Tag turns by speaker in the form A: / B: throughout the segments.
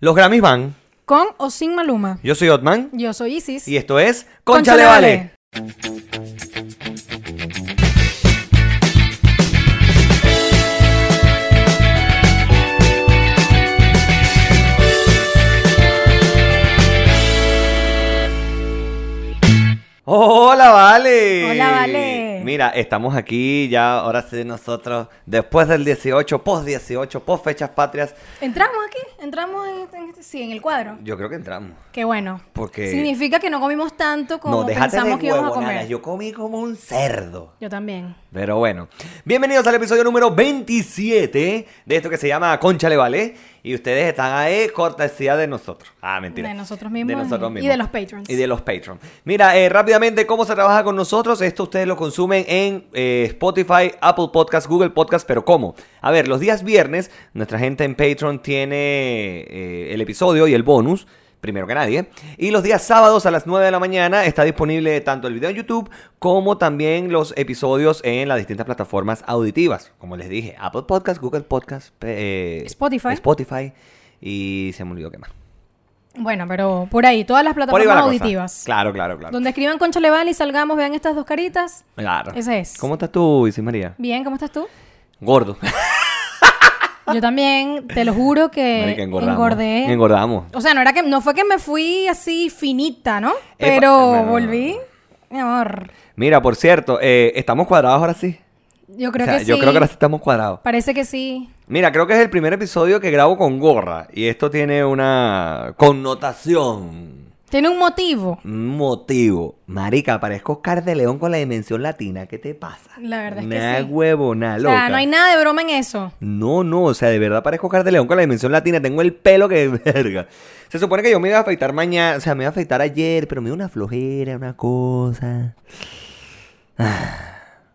A: Los Grammys van.
B: Con o sin Maluma.
A: Yo soy Otman
B: Yo soy Isis.
A: y esto es Concha le Vale. Hola, Vale.
B: Hola, Vale.
A: Mira, estamos aquí ya, ahora sí nosotros, después del 18, post 18, post fechas patrias,
B: ¿Entramos aquí? ¿Entramos en este, en este- sí, en el cuadro?
A: yo creo que entramos.
B: Qué bueno.
A: Porque-
B: Significa que no comimos tanto como
A: no, déjate de
B: pensamos que íbamos a
A: huevonadas,
B: comer.
A: yo comí como un cerdo.
B: Yo también.
A: Pero bueno, bienvenidos al episodio número 27 de esto que se llama Concha le Vale. Y ustedes están ahí cortesía de nosotros. Ah, mentira.
B: De nosotros mismos
A: De nosotros
B: y-
A: mismos.
B: y de los patrons.
A: Y de los patrons. Mira, eh, rápidamente, ¿cómo se trabaja con nosotros? Esto ustedes lo consumen en eh, Spotify, Apple Podcast, Google Podcast, pero ¿cómo? A ver, los días viernes, nuestra gente en Patreon tiene eh, el episodio y el bonus. Primero que nadie. Y los días sábados a las 9 de la mañana está disponible tanto el video en YouTube como también los episodios en las distintas plataformas auditivas. Como les dije, Apple Podcast, Google Podcast, eh,
B: Spotify.
A: Spotify. Y se me olvidó qué más.
B: Bueno, pero por ahí, todas las
A: Por ahí va
B: plataformas
A: la cosa.
B: auditivas.
A: Claro, claro, claro.
B: Donde escriban Concha le Vale y salgamos, vean estas dos caritas.
A: Claro.
B: Ese es.
A: ¿Cómo estás tú, Isis María?
B: Bien, ¿cómo estás tú?
A: Gordo.
B: Yo también, te lo juro que
A: Marica, engordamos.
B: Eh, engordé.
A: Engordamos.
B: O sea, no era que no fue que me fui así finita, ¿no?
A: no,
B: Pero
A: no, no, no.
B: volví, mi amor.
A: Mira, por cierto, eh, estamos cuadrados ahora sí.
B: Yo creo
A: O sea,
B: que sí.
A: Yo creo que ahora sí estamos cuadrados.
B: Parece que sí.
A: Mira, creo que es el primer episodio que grabo con gorra. Y esto tiene una connotación,
B: Tiene un motivo.
A: un motivo. Marica, parezco Oscar de León con la dimensión latina. ¿Qué te pasa?
B: La verdad es que
A: Una
B: sí.
A: huevona,
B: O
A: loca.
B: sea, no hay nada de broma en eso.
A: No, no, o sea, de verdad parezco Oscar de León con la dimensión latina. Tengo el pelo que verga. Se supone que yo me iba a afeitar mañana, o sea, me iba a afeitar ayer, pero me dio una flojera, una cosa.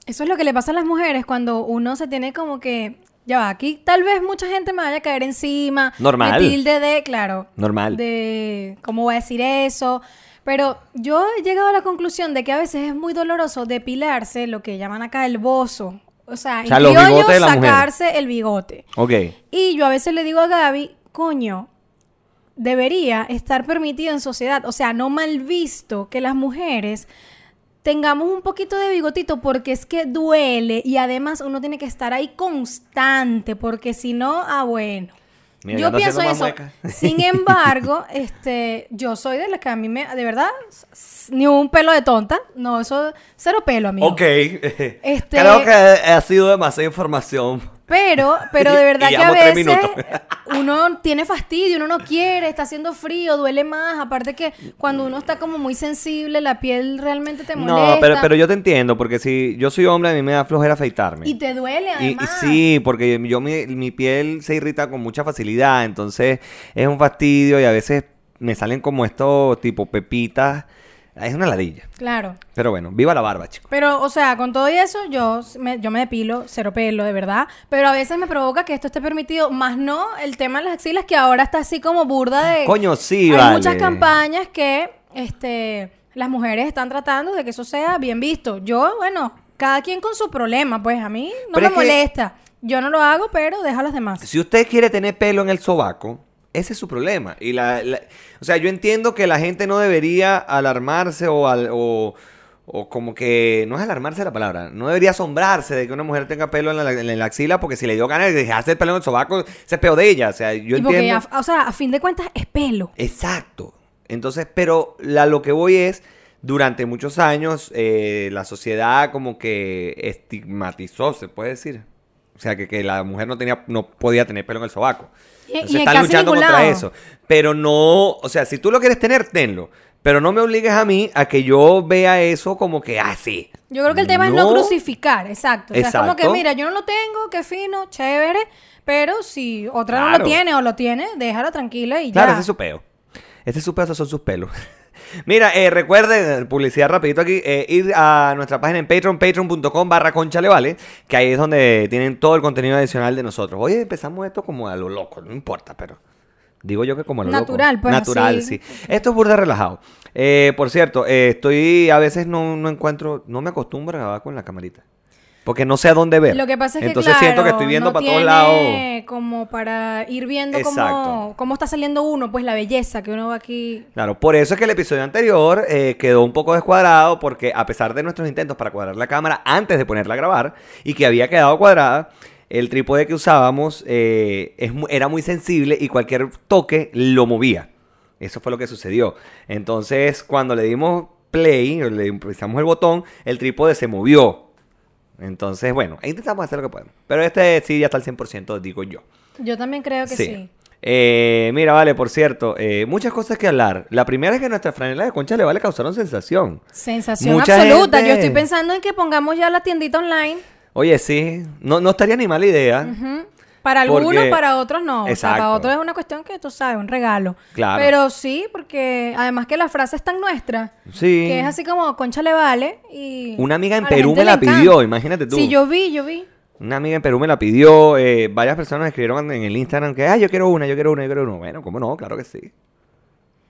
B: Eso es lo que le pasa a las mujeres cuando uno se tiene como que. Ya va, aquí tal vez mucha gente me vaya a caer encima.
A: Normal.
B: Me tilde de, claro.
A: Normal.
B: De cómo voy a decir eso. Pero yo he llegado a la conclusión de que a veces es muy doloroso depilarse lo que llaman acá el bozo. O sea,
A: O sea,
B: en
A: los
B: criollo,
A: bigotes de la mujer.
B: sacarse el bigote.
A: Ok.
B: Y yo a veces le digo a Gaby, coño, debería estar permitido en sociedad, o sea, no mal visto que las mujeres tengamos un poquito de bigotito porque es que duele y además uno tiene que estar ahí constante porque si no, ah, bueno.
A: Mira, ya
B: yo
A: ando
B: pienso
A: haciendo
B: eso.
A: más muecas.
B: Sin embargo, este, yo soy de las que a mí me, de verdad, s- s- ni un pelo de tonta, no, eso cero pelo, amigo.
A: Ok.
B: Este-
A: Creo que ha sido demasiada información.
B: Pero, pero de verdad
A: Y
B: que a
A: llamo tres
B: veces
A: minutos.
B: uno tiene fastidio, uno no quiere, está haciendo frío, duele más. Aparte que cuando uno está como muy sensible, la piel realmente te molesta.
A: No, pero, pero yo te entiendo, porque si yo soy hombre, a mí me da flojera afeitarme.
B: Y te duele
A: Y- Y,
B: además.
A: sí, porque yo mi, mi piel se irrita con mucha facilidad, entonces es un fastidio y a veces me salen como estos tipo pepitas. Es una ladilla.
B: Claro.
A: Pero bueno, viva la barba, chicos.
B: Pero, o sea, con todo y eso, yo me, yo me depilo, cero pelo, de verdad. Pero a veces me provoca que esto esté permitido, más no el tema de las axilas, que ahora está así como burda de...
A: Coño, sí,
B: Hay
A: vale.
B: muchas campañas que este, las mujeres están tratando de que eso sea bien visto. Yo, bueno, cada quien con su problema, pues a mí no
A: Pero es
B: me
A: que-
B: molesta. Yo no lo hago, pero deja a los demás.
A: Si usted quiere tener pelo en el sobaco, ese es su problema. Y la, la- o sea, yo entiendo que la gente no debería alarmarse o, al- o, o como que, no es alarmarse la palabra, no debería asombrarse de que una mujer tenga pelo en la, en la axila porque si le dio ganas de dejarse el pelo en el sobaco, se es peo de ella. O sea, yo
B: y
A: entiendo...
B: porque, a- o sea, a fin de cuentas es pelo.
A: Exacto. Entonces, pero la, lo que voy es, durante muchos años, eh, la sociedad como que estigmatizó, se puede decir. O sea, que, que la mujer no tenía, no podía tener pelo en el sobaco.
B: Y- y
A: Entonces,
B: en
A: están
B: casi
A: luchando
B: ningún
A: contra
B: lado.
A: eso. Pero no, o sea, si tú lo quieres tener, tenlo. Pero no me obligues a mí a que yo vea eso como que, ah, sí.
B: Yo creo que el tema es no
A: No.
B: crucificar, exacto. O sea, es como que,
A: Exacto.
B: mira, yo no lo tengo, qué fino, chévere, pero si otra no
A: Claro.
B: lo tiene o lo tiene, déjala tranquila y
A: Claro,
B: ya.
A: ese es su peo. Ese es su peo, esos son sus pelos. Mira, eh, recuerden, publicidad rapidito aquí, eh, ir a nuestra página en Patreon, patreon.com barra conchalevale, que ahí es donde tienen todo el contenido adicional de nosotros. Hoy empezamos esto como a lo loco, no importa, pero digo yo que como a lo
B: Natural,
A: loco.
B: pues,
A: Natural,
B: así.
A: sí. Esto es burda relajado. Eh, por cierto, eh, estoy, a veces no, no encuentro, no me acostumbro a grabar con la camarita. Porque no sé a dónde ver.
B: Lo que pasa es que
A: Entonces
B: claro,
A: siento que estoy viendo
B: no
A: para todos
B: tiene
A: lados.
B: como para ir viendo
A: Exacto.
B: cómo, cómo está saliendo uno, pues la belleza que uno va aquí.
A: Claro, por eso es que el episodio anterior eh, quedó un poco descuadrado, porque a pesar de nuestros intentos para cuadrar la cámara antes de ponerla a grabar y que había quedado cuadrada, el trípode que usábamos eh, es mu- era muy sensible y cualquier toque lo movía. Eso fue lo que sucedió. Entonces, cuando le dimos play, o le presionamos el botón, el trípode se movió. Entonces, bueno, intentamos hacer lo que podemos. Pero este sí ya está al 100%, digo yo.
B: Yo también creo que sí.
A: Eh, mira, vale, por cierto, eh, muchas cosas que hablar. La primera es que nuestra franela de concha le vale causaron sensación.
B: Sensación
A: Mucha
B: absoluta.
A: gente-
B: Yo estoy pensando en que pongamos ya la tiendita online.
A: Oye, sí, no, no estaría ni mala idea.
B: Ujú. Para
A: Porque-
B: algunos, para otros no. O sea,
A: Exacto.
B: para otros es una cuestión que tú sabes, un regalo.
A: Claro.
B: Pero sí, porque además que la frase es tan nuestra.
A: Sí.
B: Que es así como, concha le vale. Y
A: Una amiga en
B: a
A: Perú
B: gente
A: me
B: le
A: la
B: encanta.
A: pidió, imagínate tú.
B: Sí, yo vi, yo vi.
A: Una amiga en Perú me la pidió, eh, varias personas escribieron en el Instagram que, ah, yo quiero una, yo quiero una, yo quiero una. Bueno, ¿cómo no? Claro que sí.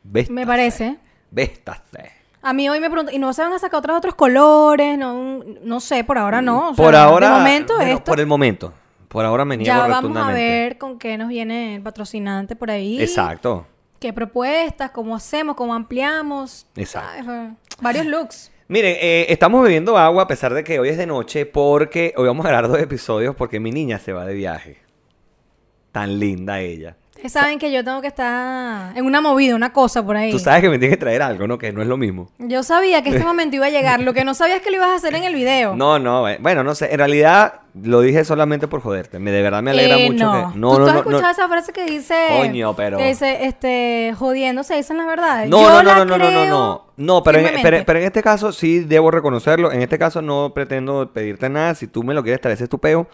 A: Véstase,
B: Me parece.
A: véstase.
B: A mí hoy me preguntan, ¿y no se van a sacar otros, otros colores? No, un- no sé, por ahora no. O
A: por
B: sea,
A: ahora,
B: De momento
A: bueno,
B: esto.
A: por el momento. Por ahora me niego
B: ya vamos a
A: rotundamente.
B: ver con qué nos viene el patrocinante por ahí.
A: Exacto.
B: ¿Qué propuestas? ¿Cómo hacemos? ¿Cómo ampliamos?
A: Exacto.
B: ¿sabes? Ah, Varios looks.
A: Miren, eh, estamos bebiendo agua a pesar de que hoy es de noche porque hoy vamos a grabar dos episodios porque mi niña se va de viaje. Tan linda ella.
B: Ustedes saben que yo tengo que estar en una movida, una cosa por ahí.
A: Tú sabes que me tienes que traer algo, ¿no? Que no es lo mismo.
B: Yo sabía que este momento iba a llegar. Lo que no sabía es que lo ibas a hacer en el video.
A: No, no, eh, bueno, no sé. En realidad lo dije solamente por joderte. Me, de verdad me alegra
B: Eh,
A: mucho.
B: No,
A: que-
B: ¿Tú, tú has escuchado esa frase que dice...
A: Coño, pero-
B: Que dice, este, jodiendo se dicen las verdades.
A: No,
B: Yo
A: no,
B: la
A: no, no, no, no, no.
B: creo
A: No, pero en, pero,
B: firmemente.
A: pero en este caso sí debo reconocerlo. En este caso no pretendo pedirte nada. Si tú me lo quieres traer, ese es tu peo.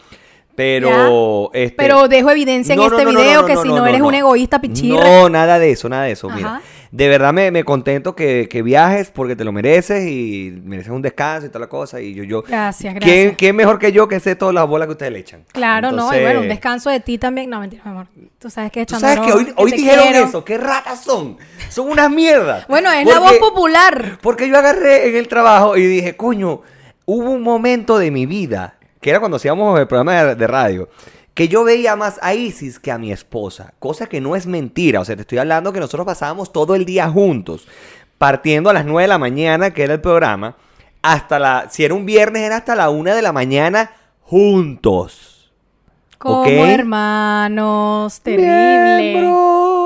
A: Pero, este,
B: Pero dejo evidencia en
A: No, no,
B: este
A: no, no,
B: video
A: no,
B: que
A: no,
B: si
A: no,
B: no,
A: no,
B: eres
A: no.
B: un egoísta pichirre.
A: No, nada de eso, nada de eso. Mira,
B: Ajá.
A: de verdad me, me contento que, que viajes porque te lo mereces y mereces un descanso y toda la cosa. Y yo, yo.
B: Gracias, gracias.
A: ¿Quién, quién mejor que yo que sé todas las bolas que ustedes le echan?
B: Claro, no,
A: Entonces,
B: y bueno, un descanso de ti también. No, mentira, mi amor. Tú sabes que
A: Tú sabes que
B: Chandrón,
A: hoy, hoy
B: te
A: dijeron
B: quiero.
A: eso. ¿Qué ratas son? Son unas mierdas.
B: Bueno, es la voz
A: Porque-
B: popular.
A: Porque yo agarré en el trabajo y dije, coño, hubo un momento de mi vida, que era cuando hacíamos el programa de, de radio, que yo veía más a Isis que a mi esposa, cosa que no es mentira. O sea, te estoy hablando que nosotros pasábamos todo el día juntos, partiendo a las 9 de la mañana, que era el programa, hasta la, si era un viernes, era hasta la 1 de la mañana juntos.
B: Como
A: ¿ok?
B: hermanos, terrible.
A: Miembros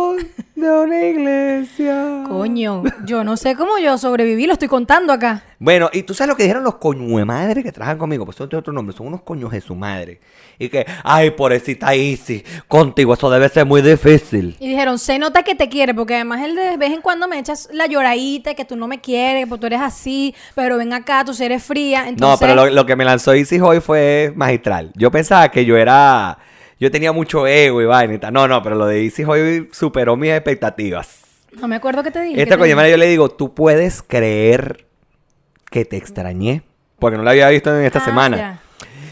A: de una iglesia.
B: Coño, yo no sé cómo yo sobreviví, lo estoy contando acá.
A: Bueno, y tú sabes lo que dijeron los coño de madre que trabajan conmigo, pues son de otro nombre, son unos coños de su madre. Y que, ay, pobrecita Isi, contigo eso debe ser muy difícil.
B: Y dijeron, se nota que te quiere, porque además él de vez en cuando me echas la lloradita, que tú no me quieres, porque tú eres así, pero ven acá, tú sí eres fría.
A: no,
B: Entonces,
A: pero lo, lo que me lanzó Isis hoy fue magistral. Yo pensaba que yo era, yo tenía mucho ego y vaina y tal. No, no, pero lo de Isis hoy superó mis expectativas.
B: no me acuerdo qué te dije.
A: Esta
B: ¿qué te
A: coño de
B: dije?
A: madre yo le digo, ¿tú puedes creer que te extrañé? Porque no la había visto en esta
B: Ah,
A: semana.
B: ya.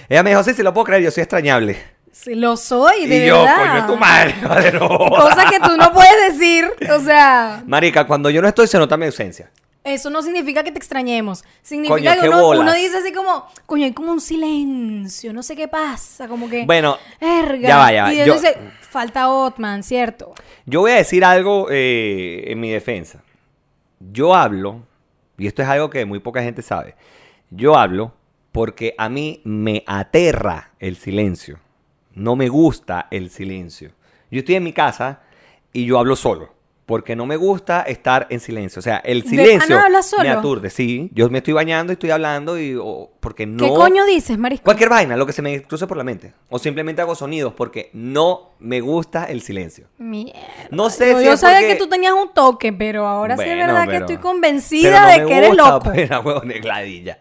A: Ella me dijo, sí, sí lo puedo creer, yo soy extrañable.
B: Sí, lo soy, de
A: y yo,
B: verdad.
A: coño, es tu madre, de
B: Cosa que tú no puedes decir. O sea,
A: Marica, cuando yo no estoy se nota mi ausencia.
B: eso no significa que te extrañemos. Significa
A: Coño, qué
B: que uno,
A: bolas.
B: uno dice así como, coño, hay como un silencio, no sé qué pasa, como que.
A: Bueno,
B: erga.
A: ya va, ya va,
B: Y yo...
A: yo-
B: dice, falta Otman, ¿cierto?
A: Yo voy a decir algo eh, en mi defensa. Yo hablo, y esto es algo que muy poca gente sabe, yo hablo porque a mí me aterra el silencio. No me gusta el silencio. Yo estoy en mi casa y yo hablo solo. Porque no me gusta estar en silencio. O sea, el
B: De-
A: silencio
B: ah, no, hablas
A: me
B: solo.
A: aturde. Sí, yo me estoy bañando y estoy hablando y o- porque no...
B: ¿Qué coño dices, Marisco?
A: Cualquier vaina, lo que se me cruce por la mente. O simplemente hago sonidos porque no me gusta el silencio.
B: Mierda.
A: No sé
B: yo,
A: si
B: yo
A: es
B: sabía
A: porque-
B: que tú tenías un toque, pero ahora sí es
A: Bueno,
B: verdad que
A: pero-
B: estoy
A: pero
B: convencida
A: no
B: de
A: me
B: que eres
A: gusta,
B: loco.
A: pues, la huevona de gladilla.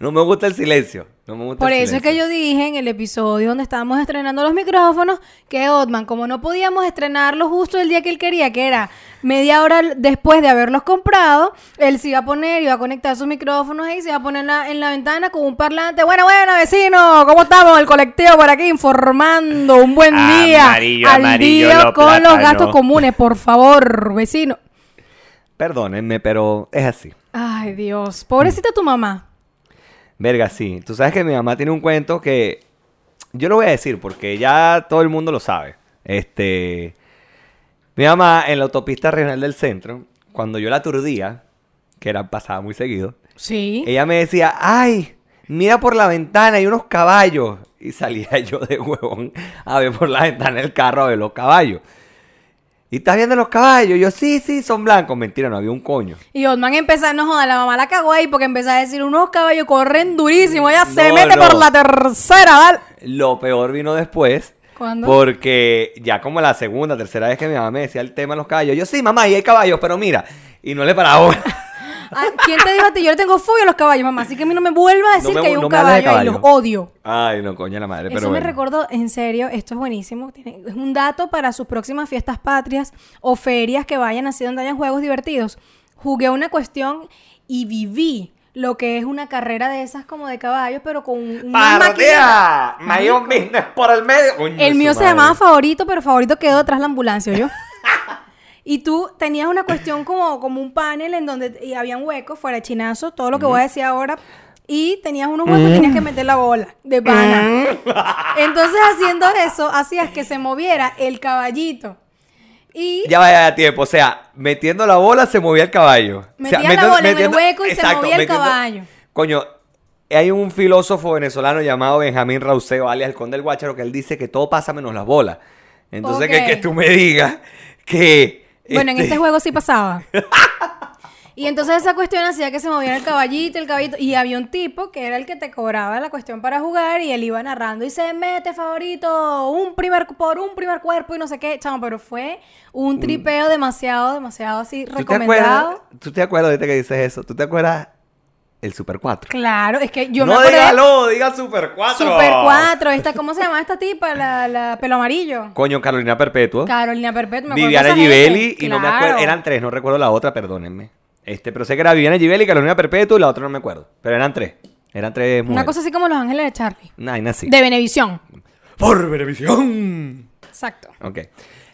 A: No me gusta el silencio. No me gusta
B: Por
A: el
B: eso es que
A: silencio.
B: yo dije en el episodio donde estábamos estrenando los micrófonos que Otman, como no podíamos estrenarlos justo el día que él quería, que era media hora l- después de haberlos comprado, él se iba a poner, iba a conectar sus micrófonos ahí, se iba a poner en la, en la ventana con un parlante. Bueno, bueno, vecino, ¿cómo estamos? El colectivo por aquí informando. Un buen día.
A: Ah, Amarillo,
B: al
A: amarillo,
B: día
A: lo
B: con los
A: plátano.
B: gatos comunes, por favor, vecino.
A: Perdónenme, pero es así.
B: Ay, Dios. Pobrecita tu mamá.
A: Verga, sí. Tú sabes que mi mamá tiene un cuento que yo lo voy a decir porque ya todo el mundo lo sabe. Este, mi mamá en la autopista regional del centro, cuando yo la aturdía, que era pasada muy seguido,
B: Sí.
A: ella me decía, ay, mira por la ventana, hay unos caballos. Y salía yo de huevón a ver por la ventana el carro a ver los caballos. ¿Y estás viendo los caballos? Yo, sí, sí, son blancos. Mentira, no había un coño.
B: Y Otman empezó, no joda, la mamá la cagó ahí porque empezó a decir, unos caballos corren durísimo, ella se
A: No,
B: mete
A: no.
B: por la tercera, ¿vale?
A: Lo peor vino después.
B: ¿Cuándo?
A: Porque ya como la segunda, tercera vez que mi mamá me decía el tema de los caballos, yo sí, mamá, y hay caballos, pero mira, y no le paraba. bola.
B: Ah, ¿Quién te dijo a ti? Yo le tengo fobia a los caballos, mamá, así que a mí no me vuelva a decir
A: No me-
B: que hay un
A: no me hables de
B: caballo ahí, los
A: caballo.
B: odio.
A: Ay, no, coña la madre, pero
B: Eso me
A: bueno.
B: recordó, en serio, esto es buenísimo. tiene- es un dato para sus próximas fiestas patrias o ferias que vayan así donde hayan juegos divertidos. Jugué una cuestión y viví lo que es una carrera de esas como de caballos, pero con un- una maquinita.
A: ¡Parotea! Mayor business por el medio. Coño,
B: El
A: su
B: mío se
A: madre.
B: llamaba favorito, pero favorito quedó detrás de la ambulancia, yo. Y tú tenías una cuestión como, como un panel en donde y había un hueco, fuera de chinazo, todo lo que voy a decir ahora. Y tenías unos huecos y tenías que meter la bola de pana. Entonces, haciendo eso, hacías que se moviera el caballito. Y
A: Ya vaya a tiempo, o sea, metiendo la bola se movía el caballo. O sea,
B: Metía la
A: metiendo-
B: bola en el
A: metiendo-
B: hueco y se movía el caballo.
A: Coño, hay un filósofo venezolano llamado Benjamín Rauseo, alias el conde del Guácharo, que él dice que todo pasa menos las bolas. Entonces,
B: Ok.
A: que, que tú me digas que...
B: bueno, en
A: este,
B: este juego sí pasaba. Y entonces esa cuestión hacía que se moviera el caballito, el caballito. Y había un tipo que era el que te cobraba la cuestión para jugar y él iba narrando y se mete favorito, un primer por un primer cuerpo y no sé qué. Chamo, pero fue un tripeo demasiado, demasiado así
A: Mm. ¿tú te, acuerdas,
B: recomendado.
A: ¿Tú te acuerdas ahorita que dices eso? ¿Tú te acuerdas el Super 4?
B: Claro, es que yo
A: no
B: me acordé.
A: dígalo, diga Super 4.
B: Super 4, esta, ¿cómo se llama esta tipa? La, la pelo amarillo.
A: Coño, Carolina Perpetua.
B: Carolina Perpetua. me acuerdo de
A: Viviana
B: esa gente.
A: Givelli y no me acuerdo,
B: Claro.
A: eran tres, no recuerdo la otra, perdónenme. Este, pero sé que era Viviana Givelli, Carolina Perpetua y la otra no me acuerdo, pero eran tres. Eran tres mujeres.
B: Una cosa así como Los Ángeles de Charlie.
A: Nah, y nací.
B: De Benevisión.
A: Por Venevisión.
B: Exacto.
A: Ok.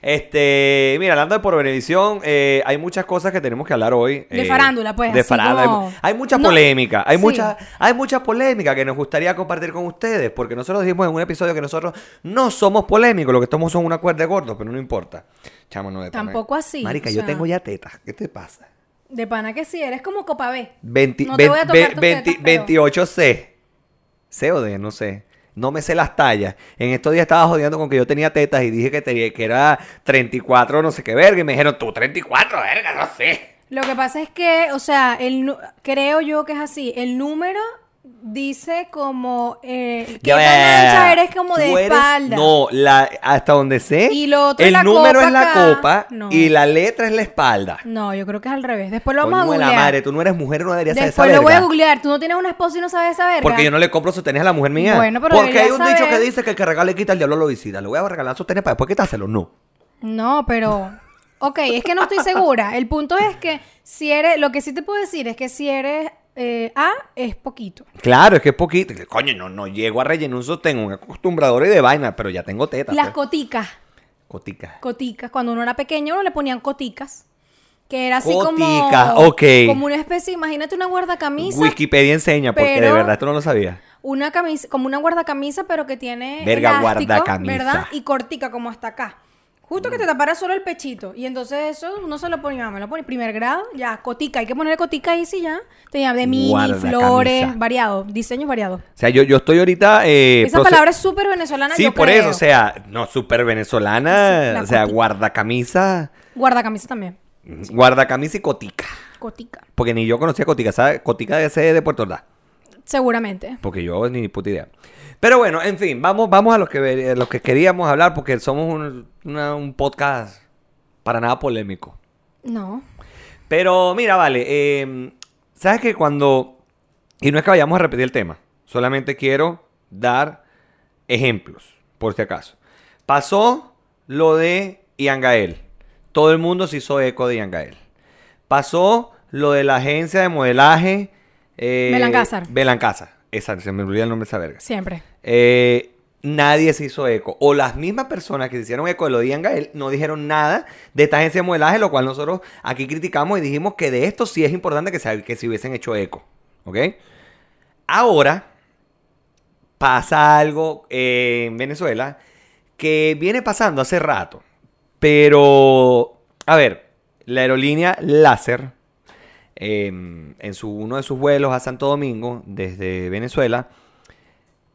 A: Este, mira, hablando de por Venevisión, eh, hay muchas cosas que tenemos que hablar hoy.
B: De
A: eh,
B: farándula, pues,
A: De
B: así
A: farándula. Hay,
B: como-
A: mu- hay mucha
B: No,
A: polémica. Hay
B: sí.
A: mucha, hay mucha polémica que nos gustaría compartir con ustedes. Porque nosotros dijimos en un episodio que nosotros no somos polémicos. Lo que estamos son una cuerda de gordos, pero no importa. Chamo, no de pana.
B: Tampoco así,
A: Marica,
B: o
A: yo
B: sea.
A: tengo ya tetas. ¿Qué te pasa?
B: De pana que sí, eres como Copa B.
A: 20,
B: No te voy a tocar tus tetas, pero-
A: 28C. C o D, no sé. No me sé las tallas. En estos días estaba jodiendo con que yo tenía tetas y dije que, tenía- que era 34, no sé qué verga. Y me dijeron, tú 34, verga, no sé.
B: Lo que pasa es que, o sea, el nu- creo yo que es así. El número dice como eh, que
A: Ya, ya, ya, ya, ya.
B: eres como de
A: Tú eres-
B: espalda.
A: No, la, hasta donde sé.
B: Y lo otro es
A: el
B: la
A: número
B: copa
A: es la
B: acá.
A: copa
B: No.
A: y la letra es la espalda.
B: No, yo creo que es al revés. Después lo vamos
A: Coño de
B: a
A: la
B: googlear.
A: madre, tú no eres mujer, no deberías saber esa
B: Después lo voy a
A: verga.
B: googlear. Tú no tienes una esposa y no sabes esa verga.
A: Porque yo no le compro sostenes a la mujer mía.
B: Bueno, pero
A: Porque hay un
B: deberías
A: dicho que
B: saber.
A: dice que el que regala le quita el diablo lo visita. Le voy a regalar sostenes para después quitárselo. No.
B: No, pero. Ok, es que no estoy segura. El punto es que si eres. Lo que sí te puedo decir es que si eres eh, A, es poquito.
A: Claro, es que es poquito. Coño, no, no llego a rellenar un sostén, un acostumbrador y de vaina, pero ya tengo tetas.
B: Las
A: pues.
B: coticas.
A: Cotica.
B: coticas. Cuando uno era pequeño, uno le ponían coticas. Que era así
A: Coticas,
B: como.
A: ok.
B: Como una especie, imagínate una guardacamisa.
A: Wikipedia enseña, porque de
B: pero-
A: verdad esto no lo sabía.
B: Una camisa, como una guardacamisa, pero que tiene.
A: Verga,
B: elástico,
A: guardacamisa. Mm.
B: ¿Verdad? Y cortica, como hasta acá. Justo que te tapara solo el pechito. Y entonces eso no se lo ponía, me lo ponía primer grado, ya, cotica. Hay que poner cotica ahí, sí, ya. Tenía de mini,
A: Guardacamisa.
B: flores, variados, diseños variados.
A: O sea, yo, yo estoy ahorita. eh,
B: Esa
A: proce-
B: palabra es súper venezolana.
A: Sí,
B: yo
A: por
B: creo.
A: eso, o sea, no, súper venezolana.
B: Sí, la
A: o sea,
B: cotica.
A: guardacamisa.
B: Guardacamisa también.
A: Guardacamisa y cotica.
B: Cotica.
A: Porque ni yo conocía cotica, ¿sabes? Cotica de ese de Puerto Ordaz.
B: Seguramente.
A: Porque yo ni puta idea. Pero bueno, en fin, vamos, vamos a los que, a los que queríamos hablar, porque somos un, una- un podcast para nada polémico.
B: No.
A: Pero mira, vale, eh, sabes que cuando. Y no es que vayamos a repetir el tema, solamente quiero dar ejemplos, por si acaso. Pasó lo de Ian Gael. Todo el mundo se hizo eco de Ian Gael. Pasó lo de la agencia de modelaje. Eh,
B: Belancázar.
A: Belancázar. Esa, se me olvida el nombre de esa verga.
B: Siempre.
A: Eh, nadie se hizo eco. O las mismas personas que se hicieron eco de lo de Ian Gael no dijeron nada de esta agencia de modelaje, lo cual nosotros aquí criticamos y dijimos que de esto sí es importante que se, que se hubiesen hecho eco. ¿Ok? Ahora pasa algo eh, en Venezuela que viene pasando hace rato. Pero, a ver, la aerolínea Láser, eh, en su, uno de sus vuelos a Santo Domingo, desde Venezuela,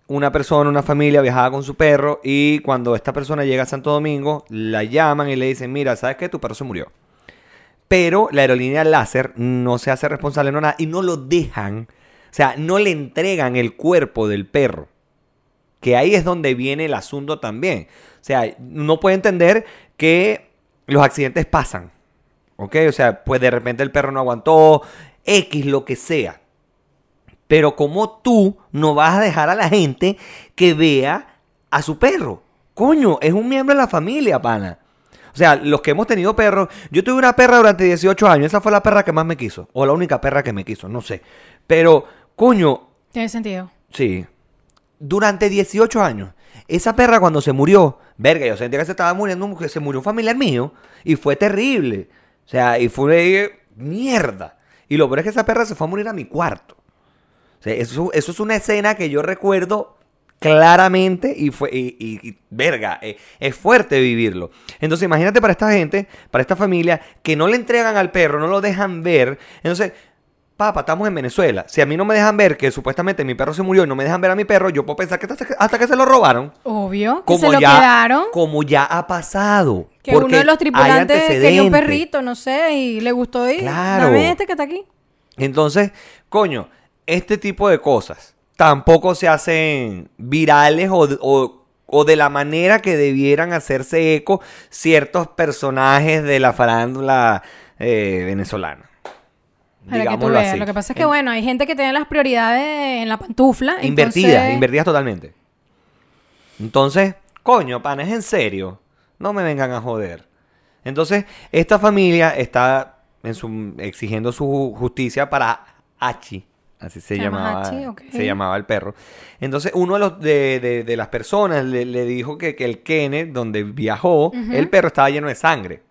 A: una persona, una familia viajaba con su perro y cuando esta persona llega a Santo Domingo, la llaman y le dicen, mira, ¿sabes qué? Tu perro se murió. Pero la aerolínea Láser no se hace responsable no nada y no lo dejan, o sea, no le entregan el cuerpo del perro. Que ahí es donde viene el asunto también. O sea, no puede entender que los accidentes pasan. ¿Ok? O sea, pues de repente el perro no aguantó, X, lo que sea. Pero como tú no vas a dejar a la gente que vea a su perro. Coño, es un miembro de la familia, pana. O sea, los que hemos tenido perros, yo tuve una perra durante 18 años, esa fue la perra que más me quiso, o la única perra que me quiso, no sé. Pero, coño,
B: Tiene sentido.
A: sí, durante 18 años, esa perra cuando se murió, verga, yo sentía que se estaba muriendo, un- que se murió un familiar mío, y fue terrible. O sea, y fue eh, mierda. Y lo peor es que esa perra se fue a morir a mi cuarto. O sea, eso, eso es una escena que yo recuerdo claramente y fue y, y- y, verga, eh, es fuerte vivirlo. Entonces, imagínate para esta gente, para esta familia que no le entregan al perro, no lo dejan ver. Entonces, papá, estamos en Venezuela. Si a mí no me dejan ver que supuestamente mi perro se murió y no me dejan ver a mi perro, yo puedo pensar que hasta, hasta que se lo robaron.
B: Obvio. Que
A: Como
B: se lo
A: ya,
B: quedaron.
A: como ya ha pasado.
B: Que uno
A: porque
B: de los
A: hay
B: tripulantes quería un
A: antecedentes.
B: perrito, no sé, y le gustó ir.
A: Claro.
B: Dame este que está aquí.
A: Entonces, coño, este tipo de cosas tampoco se hacen virales o, o- o de la manera que debieran hacerse eco ciertos personajes de la farándula eh, venezolana.
B: Para que tú
A: Digámoslo
B: veas.
A: así.
B: Lo que pasa es que, bueno, hay gente que tiene las prioridades en la pantufla.
A: Invertidas,
B: entonces-
A: invertidas totalmente. Entonces, coño, pan, es en serio. No me vengan a joder. Entonces, esta familia está en su- exigiendo su justicia para Hachi. Así se,
B: Se llama
A: llamaba.
B: Hachi, ok.
A: Se llamaba el perro. Entonces, uno de, los, de, de- de las personas le, le dijo que, que el Kenneth, donde viajó, el perro estaba lleno de sangre.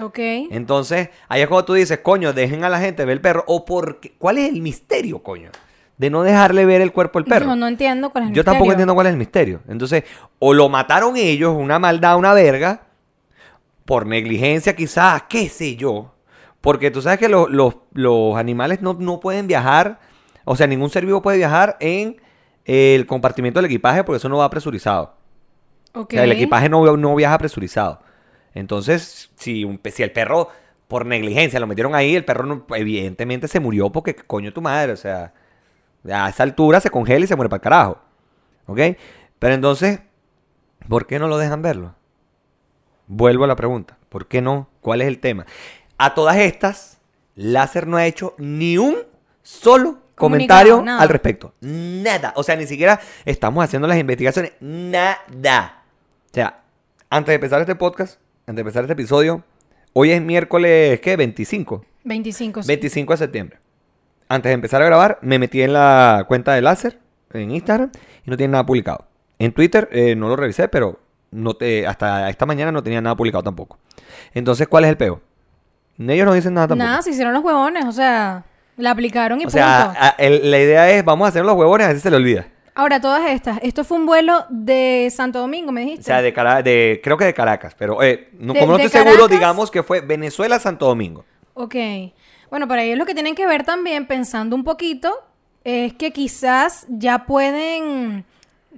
B: Ok.
A: Entonces, ahí es cuando tú dices, coño, dejen a la gente ver el perro. O porque, ¿cuál es el misterio, coño? De no dejarle ver el cuerpo al perro.
B: Yo no entiendo cuál es el
A: Yo tampoco
B: misterio.
A: entiendo cuál es el misterio. Entonces, o lo mataron ellos, una maldad, una verga, por negligencia quizás, qué sé yo. Porque tú sabes que los, los- los animales no, no pueden viajar, o sea, ningún ser vivo puede viajar en el compartimiento del equipaje porque eso no va presurizado.
B: Ok.
A: O sea, el equipaje no, no viaja presurizado. Entonces, si, un, pe- si el perro, por negligencia, lo metieron ahí, el perro no- evidentemente se murió porque coño tu madre, o sea, a esa altura se congela y se muere para el carajo. ¿Ok? Pero entonces, ¿por qué no lo dejan verlo? Vuelvo a la pregunta. ¿Por qué no? ¿Cuál es el tema? A todas estas, Láser no ha hecho ni un solo
B: Comunicado,
A: comentario
B: nada.
A: al respecto. Nada. O sea, ni siquiera estamos haciendo las investigaciones. Nada. O sea, antes de empezar este podcast, antes de empezar este episodio, hoy es miércoles, ¿qué? 25.
B: 25. Pues sí.
A: 25 de septiembre. Antes de empezar a grabar, me metí en la cuenta de Láser, en Instagram, y no tiene nada publicado. En Twitter eh, no lo revisé, pero no te, hasta esta mañana no tenía nada publicado tampoco. Entonces, ¿cuál es el peo? Ellos no dicen nada tampoco.
B: Nada, se hicieron los huevones, o sea, la aplicaron y
A: o sea,
B: punto.
A: a- el- la idea es, vamos a hacer los huevones, a veces se le olvida.
B: Ahora, todas estas. Esto fue un vuelo de Santo Domingo, me dijiste.
A: O sea, de, Cara- de creo que de Caracas, pero eh, no,
B: De-
A: como no
B: de
A: estoy seguro,
B: Caracas.
A: digamos que fue Venezuela-Santo Domingo.
B: Ok. Bueno, para ellos lo que tienen que ver también, pensando un poquito, es que quizás ya pueden,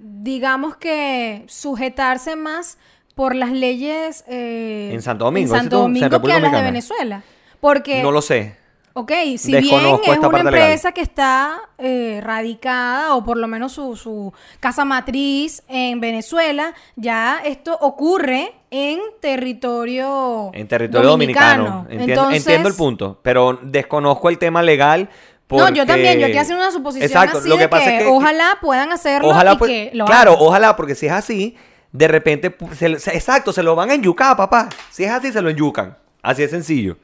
B: digamos que, sujetarse más por las leyes eh,
A: En Santo Domingo,
B: en
A: dices tú,
B: Santo
A: en
B: Domingo que
A: República
B: a las de
A: Dominicana.
B: Venezuela. Porque
A: No lo sé.
B: Ok, si bien
A: Desconozco
B: es
A: esta
B: una
A: parte legal.
B: empresa que está eh, radicada o por lo menos su, su casa matriz en Venezuela, ya esto ocurre en territorio
A: En territorio dominicano. Entiendo,
B: Entonces-
A: entiendo el punto, pero desconozco el tema legal.
B: No, yo también, yo aquí haciendo una suposición
A: Exacto,
B: así
A: lo
B: de
A: que pasa es que-
B: ojalá puedan hacerlo y
A: Ojalá, pues-
B: que lo
A: claro,
B: hagan.
A: ojalá, porque si es así, de repente, pu- se- se- exacto, se lo van a enyucar, papá. Si es así, se lo enyucan. Así es sencillo.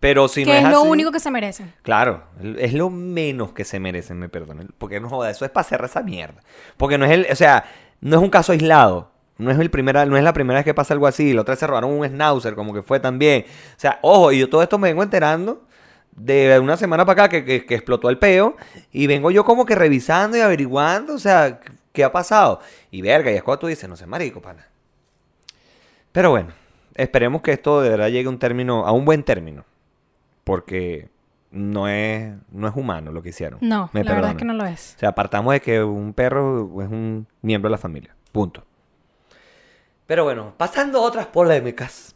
A: Pero si
B: que
A: no es,
B: es lo
A: así-
B: único que se merecen.
A: Claro, es lo menos que se merecen, me perdonen. Porque no joda, eso es para cerrar esa mierda. Porque no es el, o sea, no es un caso aislado. No es, el primera, no es la primera vez que pasa algo así. La otra vez se robaron un schnauzer, como que fue también. O sea, ojo, y yo todo esto me vengo enterando de una semana para acá que, que- que explotó el peo y vengo yo como que revisando y averiguando, o sea, qué ha pasado. Y verga, y es cuando tú dices, no sé, marico, pana. Pero bueno, esperemos que esto de verdad llegue a un término, a un buen término, porque no es, no es humano lo que hicieron.
B: No,
A: Me
B: la verdad es
A: perdonan.
B: que no lo es.
A: O sea, apartamos de que un perro es un miembro de la familia. Punto. Pero bueno, pasando a otras polémicas.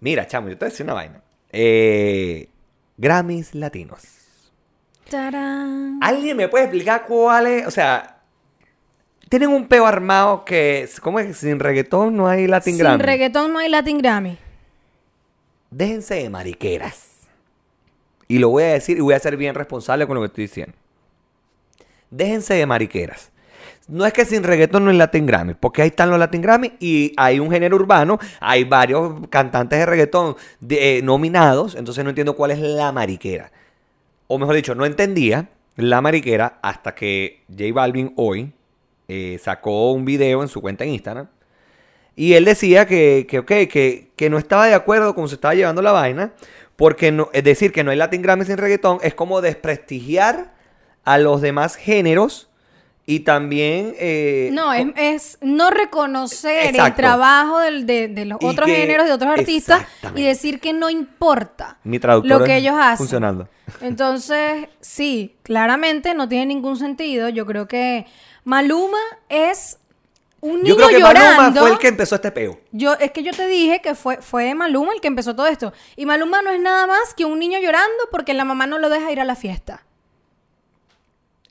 A: Mira, chamo, yo te voy a decir una vaina. Eh, Grammys latinos.
B: Tarán.
A: ¿Alguien me puede explicar cuál es? O sea, tienen un peo armado que, es- ¿cómo es? que Sin reggaetón no hay Latin
B: Sin
A: Grammy.
B: reggaetón no hay Latin Grammy.
A: Déjense de mariqueras. Y lo voy a decir y voy a ser bien responsable con lo que estoy diciendo. Déjense de mariqueras. No es que sin reggaetón no es Latin Grammy, porque ahí están los Latin Grammy y hay un género urbano, hay varios cantantes de reggaetón de- eh, nominados, entonces no entiendo cuál es la mariquera. O mejor dicho, no entendía la mariquera hasta que J Balvin hoy eh, sacó un video en su cuenta en Instagram y él decía que, que, ok, que, que no estaba de acuerdo con se estaba llevando la vaina, porque no, es decir que no hay Latin Grammy sin reggaetón es como desprestigiar a los demás géneros y también... eh,
B: No, es, es no reconocer el
A: Exacto.
B: trabajo del- de, de los
A: Y
B: otros
A: que-
B: géneros, de otros artistas,
A: Exactamente.
B: y decir que no importa
A: mi traductora
B: lo que ellos hacen.
A: Funcionando.
B: Entonces, sí, claramente no tiene ningún sentido. Yo creo que Maluma es un niño
A: Yo creo que
B: llorando.
A: Maluma fue el que empezó este peo.
B: Yo, es que yo te dije que fue, fue Maluma el que empezó todo esto. Y Maluma no es nada más que un niño llorando porque la mamá no lo deja ir a la fiesta.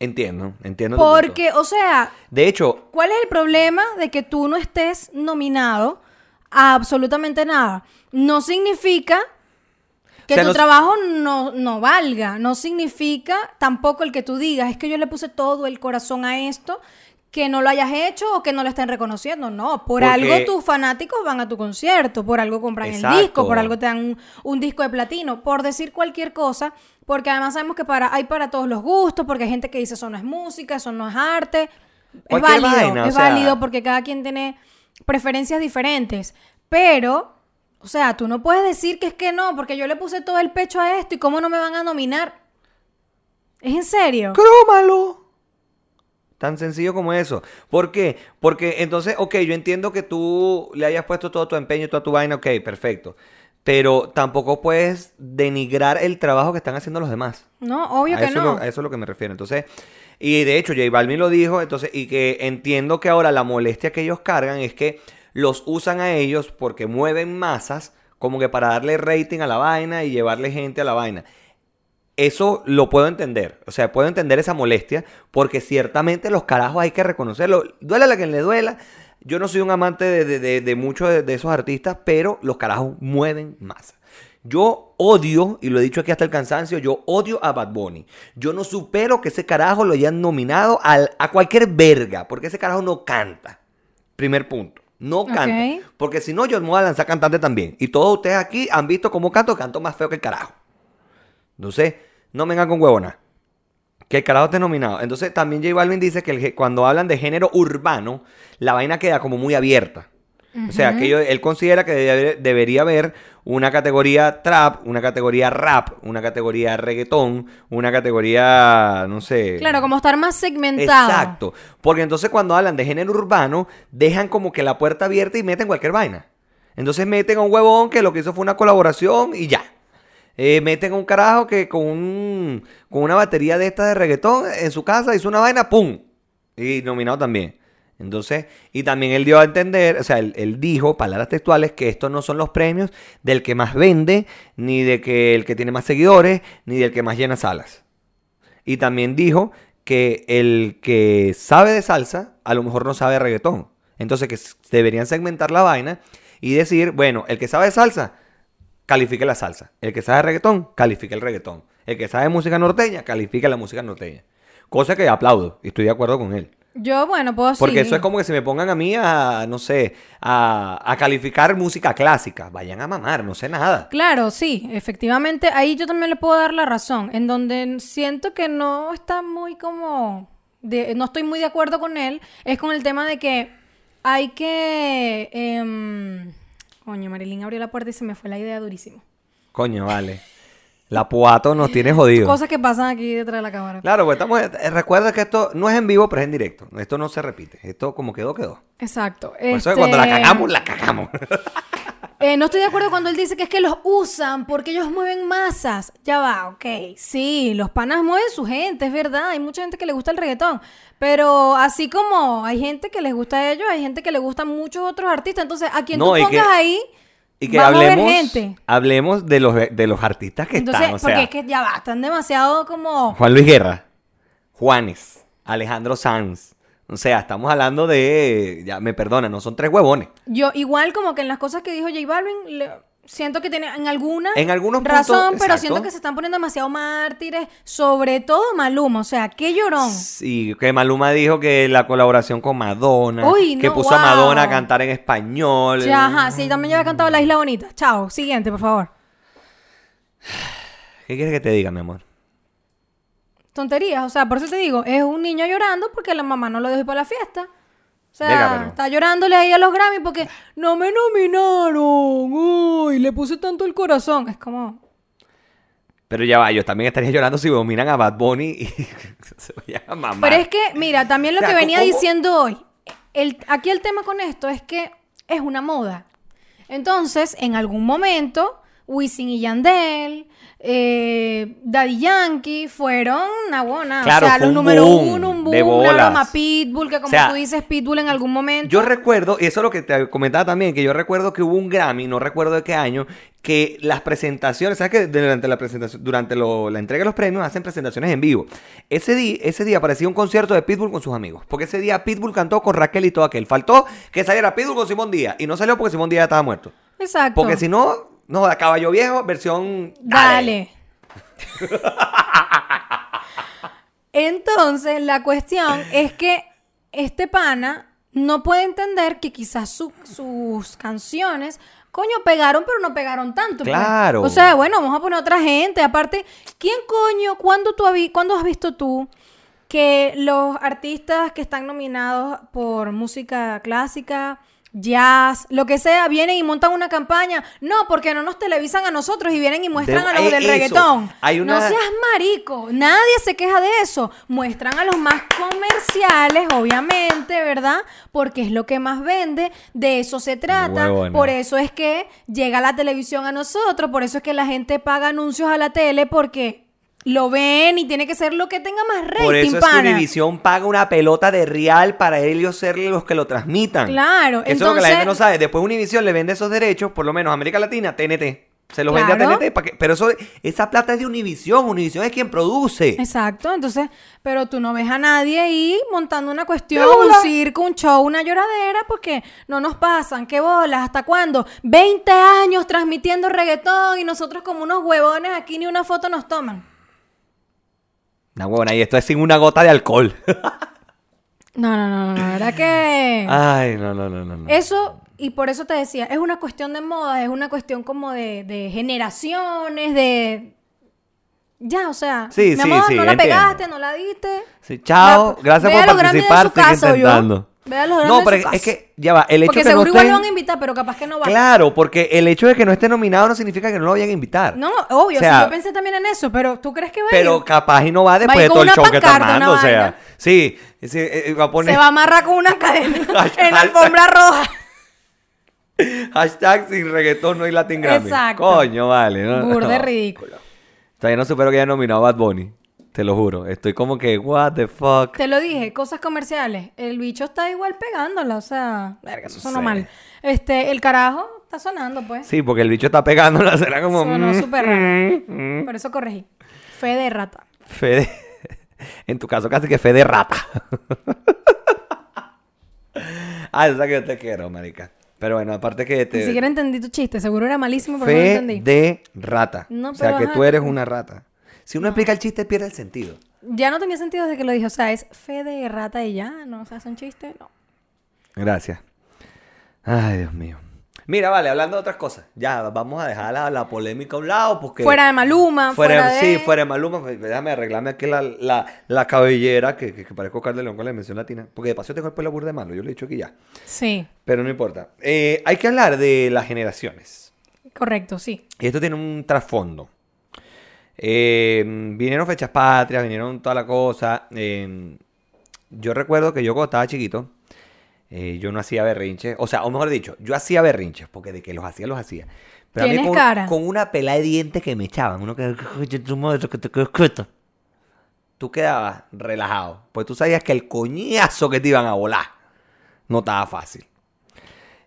A: Entiendo, entiendo. tu punto.
B: Porque, o sea,
A: De hecho,
B: ¿Cuál es el problema de que tú no estés nominado a absolutamente nada? No significa
A: O
B: que
A: sea,
B: tu
A: no-
B: trabajo no, no valga, no significa tampoco el que tú digas, es que yo le puse todo el corazón a esto, que no lo hayas hecho o que no lo estén reconociendo. No, por
A: Porque-
B: algo tus fanáticos van a tu concierto, por algo compran el disco,
A: Exacto.
B: por algo te dan un, un disco de platino, por decir cualquier cosa, porque además sabemos que para, hay para todos los gustos, porque hay gente que dice eso no es música, eso no es arte. Es
A: Cualquier
B: válido,
A: vaina, o
B: es
A: sea-
B: válido porque cada quien tiene preferencias diferentes. Pero, o sea, tú no puedes decir que es que no, porque yo le puse todo el pecho a esto y cómo no me van a nominar. ¿Es en serio?
A: ¡Crómalo! Tan sencillo como eso. ¿Por qué? Porque entonces, ok, yo entiendo que tú le hayas puesto todo tu empeño, toda tu vaina, ok, perfecto. Pero tampoco puedes denigrar el trabajo que están haciendo los demás.
B: No, obvio
A: A
B: que
A: eso
B: no.
A: lo- eh, a eso es lo que me refiero. Entonces, y de hecho, J Balvin lo dijo, entonces, y que entiendo que ahora la molestia que ellos cargan es que los usan a ellos porque mueven masas como que para darle rating a la vaina y llevarle gente a la vaina. Eso lo puedo entender. O sea, puedo entender esa molestia porque ciertamente los carajos hay que reconocerlo. Duela la que le duela. Yo no soy un amante de, de- de- de muchos de, de esos artistas, pero los carajos mueven masa. Yo odio, y lo he dicho aquí hasta el cansancio, yo odio a Bad Bunny. Yo no supero que ese carajo lo hayan nominado al- a cualquier verga, porque ese carajo no canta. Primer punto. No canta.
B: Ok.
A: Porque si no, yo me voy a lanzar cantante también. Y todos ustedes aquí han visto cómo canto, canto más feo que el carajo. Entonces, no vengan con huevona. Que el carajo esté nominado. Entonces, también J Balvin dice que el gé- cuando hablan de género urbano, la vaina queda como muy abierta. O sea, que ello- él considera que debe haber- debería haber una categoría trap, una categoría rap, una categoría reggaetón, una categoría, no sé.
B: Claro, como estar más segmentado.
A: Exacto. Porque entonces cuando hablan de género urbano, dejan como que la puerta abierta y meten cualquier vaina. Entonces meten a un huevón que lo que hizo fue una colaboración y ya. Eh, meten a un carajo que con, un- con una batería de estas de reggaetón en su casa hizo una vaina, ¡pum! Y nominado también. Entonces, y también él dio a entender, o sea, él, él dijo, palabras textuales, que estos no son los premios del que más vende, ni de que el que tiene más seguidores, ni del que más llena salas. Y también dijo que el que sabe de salsa, a lo mejor no sabe de reggaetón. Entonces que s- deberían segmentar la vaina y decir, bueno, el que sabe de salsa, califique la salsa. El que sabe de reggaetón, califique el reggaetón. El que sabe de música norteña, califique la música norteña. Cosa que aplaudo y estoy de acuerdo con él.
B: Yo, bueno, puedo
A: Porque
B: Oh, sí.
A: eso es como que se me pongan a mí a, no sé, a, a calificar música clásica. Vayan a mamar, no sé nada.
B: Claro, sí, efectivamente, ahí yo también le puedo dar la razón, en donde siento que no está muy como, de- no estoy muy de acuerdo con él, es con el tema de que hay que... em, coño, Marilyn abrió la puerta y se me fue la idea durísimo.
A: Coño, vale. La Puato nos tiene jodido.
B: Cosas que pasan aquí detrás de la cámara.
A: Claro, pues estamos. eh, Recuerda que esto no es en vivo, pero es en directo. Esto no se repite. Esto como quedó, quedó.
B: Exacto.
A: Por eso es que
B: Este,
A: cuando la cagamos, la cagamos.
B: eh, no estoy de acuerdo cuando él dice que es que los usan porque ellos mueven masas. Ya va, ok. Sí, los panas mueven su gente, es verdad. Hay mucha gente que le gusta el reggaetón. Pero así como hay gente que les gusta a ellos, hay gente que le gustan muchos otros artistas. Entonces, a quien
A: No,
B: tú
A: y
B: pongas
A: que-
B: ahí,
A: Y que
B: vamos a
A: hablemos,
B: ver gente.
A: hablemos de los, de los artistas que
B: Entonces,
A: están. O
B: porque
A: sea,
B: es que ya va, están demasiado como...
A: Juan Luis Guerra, Juanes, Alejandro Sanz. O sea, estamos hablando de. Ya me perdona, no son tres huevones.
B: Yo igual como que en las cosas que dijo J Balvin, le- siento que tiene en alguna
A: En algunos puntos,
B: Ah, razón, pero
A: exacto.
B: siento que se están poniendo demasiado mártires, sobre todo Maluma, o sea, qué llorón.
A: Sí, que Maluma dijo que la colaboración con Madonna,
B: Uy,
A: que
B: no,
A: puso a Madonna a
B: wow.
A: cantar en español.
B: Ya, ajá, sí, también ya había cantado La Isla Bonita. Chao, siguiente, por favor.
A: ¿Qué quieres que te diga, mi amor?
B: Tonterías, o sea, por eso te digo, es un niño llorando porque la mamá no lo dejó ir para la fiesta. O sea,
A: Venga, pero-
B: está llorándole ahí a los Grammy porque no me nominaron. Uy, le puse tanto el corazón. Es como,
A: Pero ya va, yo también estaría llorando si dominan a Bad Bunny y se vaya a mamar.
B: Pero es que, mira, también lo
A: O sea,
B: que venía
A: ¿cómo?
B: diciendo hoy, el, aquí el tema con esto es que es una moda. Entonces, en algún momento, Wisin y Yandel, eh, Daddy Yankee fueron una buena.
A: Claro,
B: o sea,
A: fue
B: los
A: un
B: número
A: boom
B: uno, un boom,
A: de
B: una
A: bolas.
B: broma Pitbull, que como
A: O sea,
B: tú dices, Pitbull en algún momento.
A: Yo recuerdo, y eso es lo que te comentaba también, que yo recuerdo que hubo un Grammy, no recuerdo de qué año, que las presentaciones, ¿sabes que durante la presentación, durante lo- la entrega de los premios hacen presentaciones en vivo? Ese día, ese día aparecía un concierto de Pitbull con sus amigos, porque ese día Pitbull cantó con Raquel y todo aquel. Faltó que saliera Pitbull con Simón Díaz, y no salió porque Simón Díaz ya estaba muerto.
B: Exacto.
A: Porque si no, no, a Caballo Viejo, versión...
B: Dale. Entonces, la cuestión es que este pana no puede entender que quizás su- sus canciones, coño, pegaron, pero no pegaron tanto. pues.
A: Claro.
B: O sea, bueno, vamos a poner otra gente. Aparte, ¿quién coño, cuándo, tú habi- cuándo has visto tú que los artistas que están nominados por música clásica, jazz, lo que sea, vienen y montan una campaña? No, porque no nos televisan a nosotros y vienen y muestran
A: De-
B: a los
A: eh,
B: del
A: eso.
B: reggaetón.
A: Hay una-
B: No seas marico, nadie se queja de eso. Muestran a los más comerciales, obviamente, ¿verdad? Porque es lo que más vende, de eso se trata.
A: Huevona.
B: Por eso es que llega la televisión a nosotros, por eso es que la gente paga anuncios a la tele porque lo ven y tiene que ser lo que tenga más rating,
A: Por eso es que
B: pana.
A: Univision paga una pelota de real para ellos ser los que lo transmitan.
B: Claro,
A: Eso es lo que la
B: entonces-
A: gente no sabe. Después Univision le vende esos derechos, por lo menos a América Latina, TNT. Se los vende
B: Claro.
A: a TNT. para que- Pero eso, esa plata es de Univision. Univision es quien produce.
B: Exacto, entonces, pero tú no ves a nadie ahí montando una cuestión,
A: ¡Qué bola!
B: un circo, un show, una lloradera, porque no nos pasan, qué bolas, ¿hasta cuándo? 20 años transmitiendo reggaetón y nosotros como unos huevones aquí ni una foto nos toman.
A: Una buena, y esto es sin una gota de alcohol.
B: Eh. No, no, no, no, la verdad que...
A: Ay, no, no, no, no. Ah, no.
B: Eso, y por eso te decía, es una cuestión de moda, es una cuestión como de, de generaciones, de... Ya, o sea,
A: Sí,
B: mi
A: sí,
B: amor,
A: sí,
B: no la
A: entiendo.
B: pegaste, no la diste.
A: Sí, chao,
B: Ve a-
A: gracias
B: ve a
A: por
B: los Grammy en su
A: participar. Sigue
B: caso, ¿oyó?
A: intentando.
B: Ve a los Grammy
A: no,
B: en
A: pero
B: su
A: es
B: caso.
A: que, ya va, el hecho
B: Porque
A: que no
B: seguro igual
A: estén-
B: lo van a invitar, pero capaz que no van.
A: Claro, porque el hecho de que no esté nominado no significa que no lo vayan a invitar.
B: No, obvio,
A: O sea,
B: sí, yo pensé también en eso, pero ¿tú crees que va a
A: Pero
B: ir?
A: capaz y no va después
B: Va a
A: de
B: ir
A: todo
B: con
A: el
B: una
A: show que está
B: pancarta, una
A: armando. O sea,
B: vaina.
A: sí, sí, eh, eh, va a poner
B: Se va a amarrar con una cadena
A: Ay,
B: en
A: alza.
B: la alfombra roja.
A: hashtag sin reggaetón no hay Latin Grammy.
B: Exacto.
A: Coño, vale. No,
B: Burde
A: no.
B: ridículo.
A: Todavía no supero que haya nominado a Bad Bunny. Te lo juro. Estoy como que, what the fuck.
B: Te lo dije, cosas comerciales. El bicho está igual pegándola, o sea, verga, eso
A: No
B: sonó
A: sé.
B: mal. Este, el carajo está sonando, pues.
A: Sí, porque el bicho está pegando la cera como.
B: Sonó
A: mm,
B: súper raro.
A: mm, mm.
B: Por eso corregí. Fe de rata.
A: Fe de- En tu caso, casi que fe de rata. Ay, Ah, o sea que yo te quiero, marica. Pero bueno, aparte que te.
B: Ni siquiera entendí tu chiste, seguro era malísimo, pero no lo
A: Fe
B: entendí.
A: de rata.
B: No,
A: o sea,
B: pero
A: que
B: ajá.
A: tú eres una rata. Si uno explica el chiste, pierde el sentido.
B: Ya no tenía sentido desde que lo dije, o sea, es fe de rata y ya, no se hace un chiste, no.
A: Gracias. Ay, Dios mío. Mira, vale, hablando de otras cosas. Ya, vamos a dejar la, la polémica a un lado porque...
B: Fuera de Maluma,
A: fuera-
B: fuera, de...
A: Sí, fuera de Maluma. Pues, Déjame arreglarme aquí la, la, la cabellera que, que, que parezco Carl de León con la dimensión latina. Porque de paso tengo el pelo burda de malo, yo lo he dicho aquí ya.
B: Sí,
A: Pero no importa. Eh, hay que hablar de las generaciones.
B: correcto, sí.
A: Y esto tiene un trasfondo. Eh, vinieron fechas patrias, vinieron toda la cosa. eh, yo recuerdo que yo cuando estaba chiquito, eh, yo no hacía berrinches. O sea, o mejor dicho, yo hacía berrinches, porque de que los hacía, los hacía. Pero a mí
B: Tienes
A: con,
B: cara.
A: con una pelada de dientes que me echaban, uno que... Tú quedabas relajado, pues tú sabías que el coñazo que te iban a volar no estaba fácil.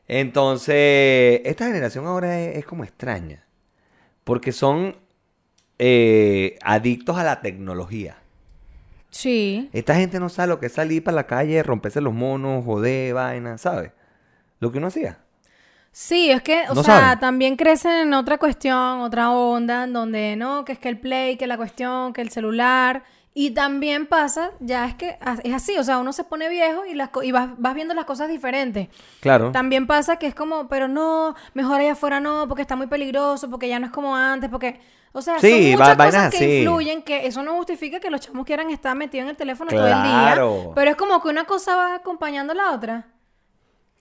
A: Entonces, esta generación ahora es, es como extraña. Porque son eh, adictos a la tecnología.
B: Sí.
A: Esta gente no sabe lo que es salir para la calle, romperse los monos, joder, vaina, ¿sabes? Lo que uno hacía.
B: Sí, es que, o
A: No
B: sea,
A: saben.
B: también crecen en otra cuestión, otra onda, en donde no, que es que el play, que la cuestión, que el celular. Y también pasa, ya es que a- es así, o sea, uno se pone viejo y, las co- y vas, vas viendo las cosas diferentes.
A: Claro.
B: También pasa que es como, pero no, mejor allá afuera no, porque está muy peligroso, porque ya no es como antes, porque. O sea,
A: Sí,
B: son
A: va-
B: muchas
A: vainas
B: cosas que
A: así.
B: influyen, que eso no justifica que los chamos quieran estar metidos en el teléfono todo el
A: Claro.
B: día. Pero es como que una cosa va acompañando a la otra.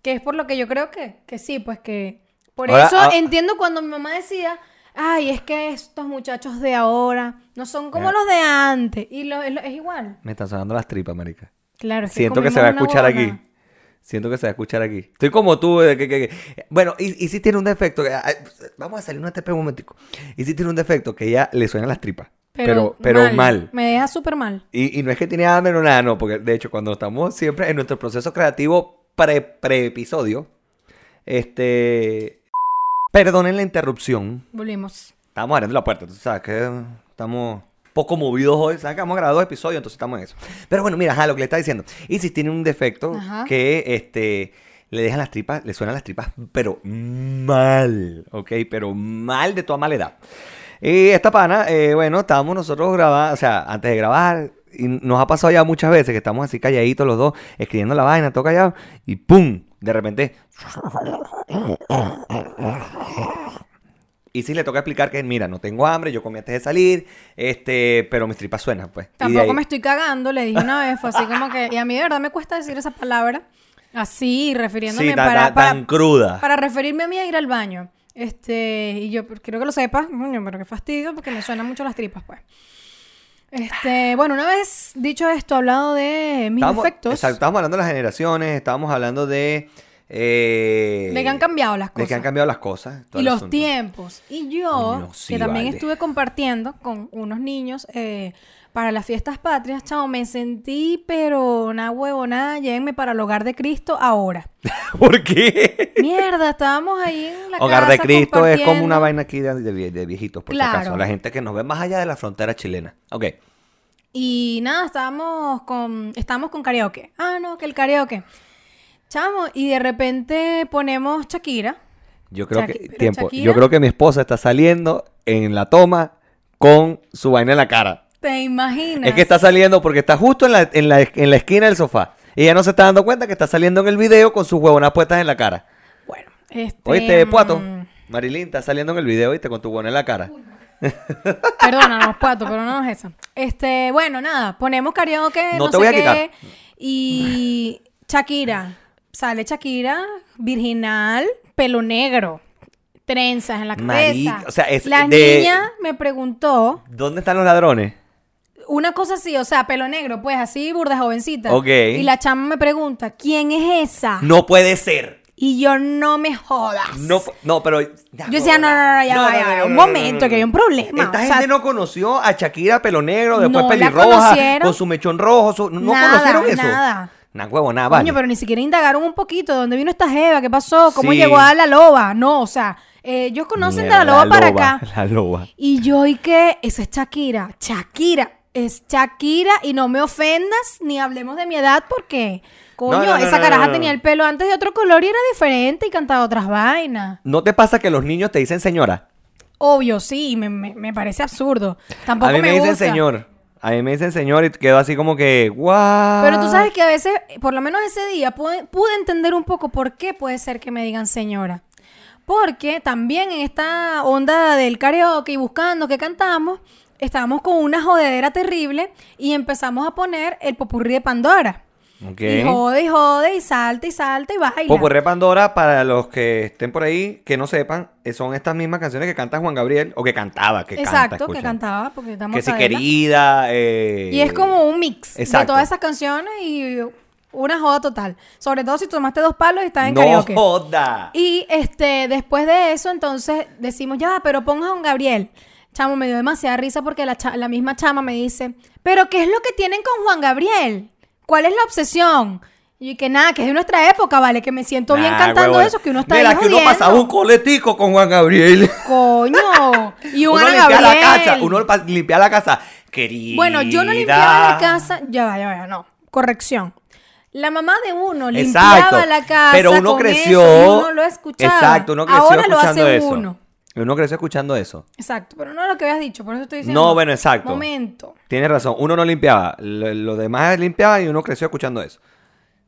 B: Que es por lo que yo creo que, que sí, pues que. Por
A: Ahora,
B: eso
A: ah-
B: entiendo cuando mi mamá decía. Ay, es que estos muchachos de ahora no son como
A: Mira.
B: los de antes. Y lo, es, lo- es igual.
A: Me están sonando las tripas, marica.
B: Claro, es
A: Siento que
B: comimos
A: se va a
B: una
A: escuchar
B: huevona.
A: aquí. Siento que se va a escuchar aquí. Estoy como tú. eh, que- que- que- Bueno, y, y si tiene un defecto. que- ay, Vamos a salirnos de este peo un momentico. Y si tiene un defecto que ya le suenan las tripas. Pero, pero, mal.
B: Me deja súper mal.
A: Y, y no es que tiene hambre o nada, no, porque de hecho cuando estamos siempre en nuestro proceso creativo pre- pre-episodio, este... Perdonen la interrupción.
B: Volvimos.
A: Estamos abriendo la puerta, tú sabes que estamos poco movidos hoy, sabes que vamos a grabar dos episodios, entonces estamos en eso. Pero bueno, mira, ajá, lo que le está diciendo. Y si tiene un defecto
B: Ajá.
A: que este le dejan las tripas, le suenan las tripas, pero mal, ¿ok? Pero mal de toda mala edad. Y esta pana, eh, bueno, estábamos nosotros grabando, o sea, antes de grabar, y nos ha pasado ya muchas veces que estamos así calladitos los dos, escribiendo la vaina, todo callado, y ¡pum! De repente, Y si le toca explicar que, mira, no tengo hambre, yo comí antes de salir, este, pero mis tripas suenan, pues. Y de
B: Tampoco
A: ahí-
B: me estoy cagando, le dije una vez, fue así como que, y a mí de verdad me cuesta decir esa palabra, así, refiriéndome
A: Sí, tan,
B: para,
A: tan-
B: para-
A: tan cruda.
B: para referirme a mí a ir al baño. Este, y yo quiero que lo sepas, coño, pero qué fastidio, porque me suenan mucho las tripas, pues. Este, bueno, una vez dicho esto, hablado de mis
A: Estábamos-
B: defectos,
A: exacto, estábamos hablando de las generaciones, estábamos hablando de... eh,
B: de que han cambiado las
A: de
B: cosas.
A: que han cambiado las cosas. todo
B: y
A: el
B: los
A: asunto.
B: tiempos. Y yo,
A: Coño, sí,
B: que también
A: vale.
B: estuve compartiendo con unos niños eh, para las fiestas patrias, chao, me sentí, pero una huevonada, llévenme para el hogar de Cristo ahora.
A: ¿Por qué?
B: Mierda, estábamos ahí en la
A: Hogar de
B: casa
A: Cristo es como una
B: compartiendo.
A: vaina aquí de, de vie- de viejitos, por si acaso.
B: Claro.
A: La gente que nos ve más allá de la frontera chilena. Ok.
B: Y nada, estábamos con, estábamos con karaoke. Ah, no, que el karaoke. Chamo, y de repente ponemos Shakira.
A: Yo creo
B: Shaki-
A: que...
B: pero
A: Tiempo.
B: Shakira-
A: Yo creo que mi esposa está saliendo en la toma con su vaina en la cara.
B: ¿Te imaginas?
A: Es que está saliendo porque está justo en la, en la, en la esquina del sofá. Y ella no se está dando cuenta que está saliendo en el video con sus huevonas puestas en la cara.
B: Bueno, este...
A: Oíste, Puato.
B: mm,
A: Marilyn, está saliendo en el video, oíste, con tu huevona en la cara.
B: Perdónanos, Pato, pero no es eso. Este, bueno, nada, ponemos karaoke,
A: No
B: no,
A: te voy
B: sé
A: a quitar.
B: qué, Y Shakira, sale Shakira, virginal, pelo negro, trenzas en la
A: Marica,
B: cabeza.
A: o sea, es
B: La
A: de-
B: niña me preguntó,
A: ¿Dónde están los ladrones?
B: una cosa así, o sea, pelo negro, pues así, burda jovencita.
A: Ok.
B: Y la chama me pregunta, ¿quién es esa?
A: No puede ser.
B: Y yo, no me jodas.
A: No, pu- no pero.
B: Yo decía, no, no, no, ya va, ya va, un momento, que hay un problema,
A: Esta
B: o
A: gente
B: sea-
A: no conoció a Shakira pelo negro, después
B: No la
A: pelirroja,
B: conocieron.
A: con su mechón rojo. su- no
B: Nada,
A: conocieron eso.
B: nada.
A: Nah, huevo, nada,
B: Coño,
A: vale.
B: pero ni siquiera indagaron un poquito de dónde vino esta jeva, qué pasó, cómo
A: Sí.
B: llegó a la loba. No, o sea, eh, ellos conocen de la
A: Mierda,
B: loba para acá.
A: La loba.
B: Y yo, ¿y qué? Esa es Shakira. Shakira. Es Shakira y no me ofendas ni hablemos de mi edad porque, coño,
A: no, no,
B: esa
A: no,
B: caraja
A: no, no.
B: tenía el pelo antes de otro color y era diferente y cantaba otras vainas.
A: ¿No te pasa que los niños te dicen señora?
B: Obvio, sí, me, me- me parece absurdo. Tampoco
A: a mí me, dicen
B: gusta.
A: señor. A mí me dicen señor y quedo así como que, guau.
B: Pero tú sabes que a veces, eh, por lo menos ese día, pude, pude entender un poco por qué puede ser que me digan señora. Porque también en esta onda del karaoke y buscando que cantamos, estábamos con una jodedera terrible y empezamos a poner el popurrí de Pandora.
A: Ok.
B: Y jode y jode y salta y salta y baila.
A: Popurrí Pandora, para los que estén por ahí, que no sepan, eh, son estas mismas canciones que canta Juan Gabriel, o que cantaba, que canta,
B: Exacto, que
A: escuchen.
B: cantaba, porque estamos
A: Que si
B: cadena.
A: querida. eh,
B: Y es como un mix de
A: Exacto.
B: todas esas canciones y una joda total. Sobre todo si tomaste dos palos y estás en
A: no
B: karaoke.
A: joda.
B: Y este, después de eso, entonces decimos, ya, va, pero ponga a un Gabriel. Chamo, me dio demasiada risa porque la, cha- la misma chama me dice, ¿pero qué es lo que tienen con Juan Gabriel? ¿Cuál es la obsesión? Y que nada, que es de nuestra época, ¿vale? Que me siento bien
A: Nah,
B: cantando
A: huevón.
B: eso, que uno está
A: Mira,
B: ahí
A: que uno
B: jodiendo.
A: pasaba un coletico con Juan Gabriel.
B: Coño. Y un
A: uno
B: Ana
A: limpiaba la
B: Gabriel.
A: casa. Uno pa- limpiaba la casa. Querida.
B: Bueno, yo no limpiaba la casa. Ya va, ya va, ya va, no. Corrección. La mamá de uno limpiaba
A: Exacto.
B: la casa.
A: Pero uno
B: con
A: creció.
B: eso, y uno lo escuchaba.
A: Exacto, uno creció
B: Ahora
A: escuchando
B: lo hace
A: eso.
B: uno.
A: Uno creció escuchando eso.
B: Exacto, pero no es lo que habías dicho, por eso estoy diciendo.
A: No, bueno, exacto.
B: Momento.
A: Tienes razón. Uno no limpiaba. Lo- Los demás limpiaban y uno creció escuchando eso.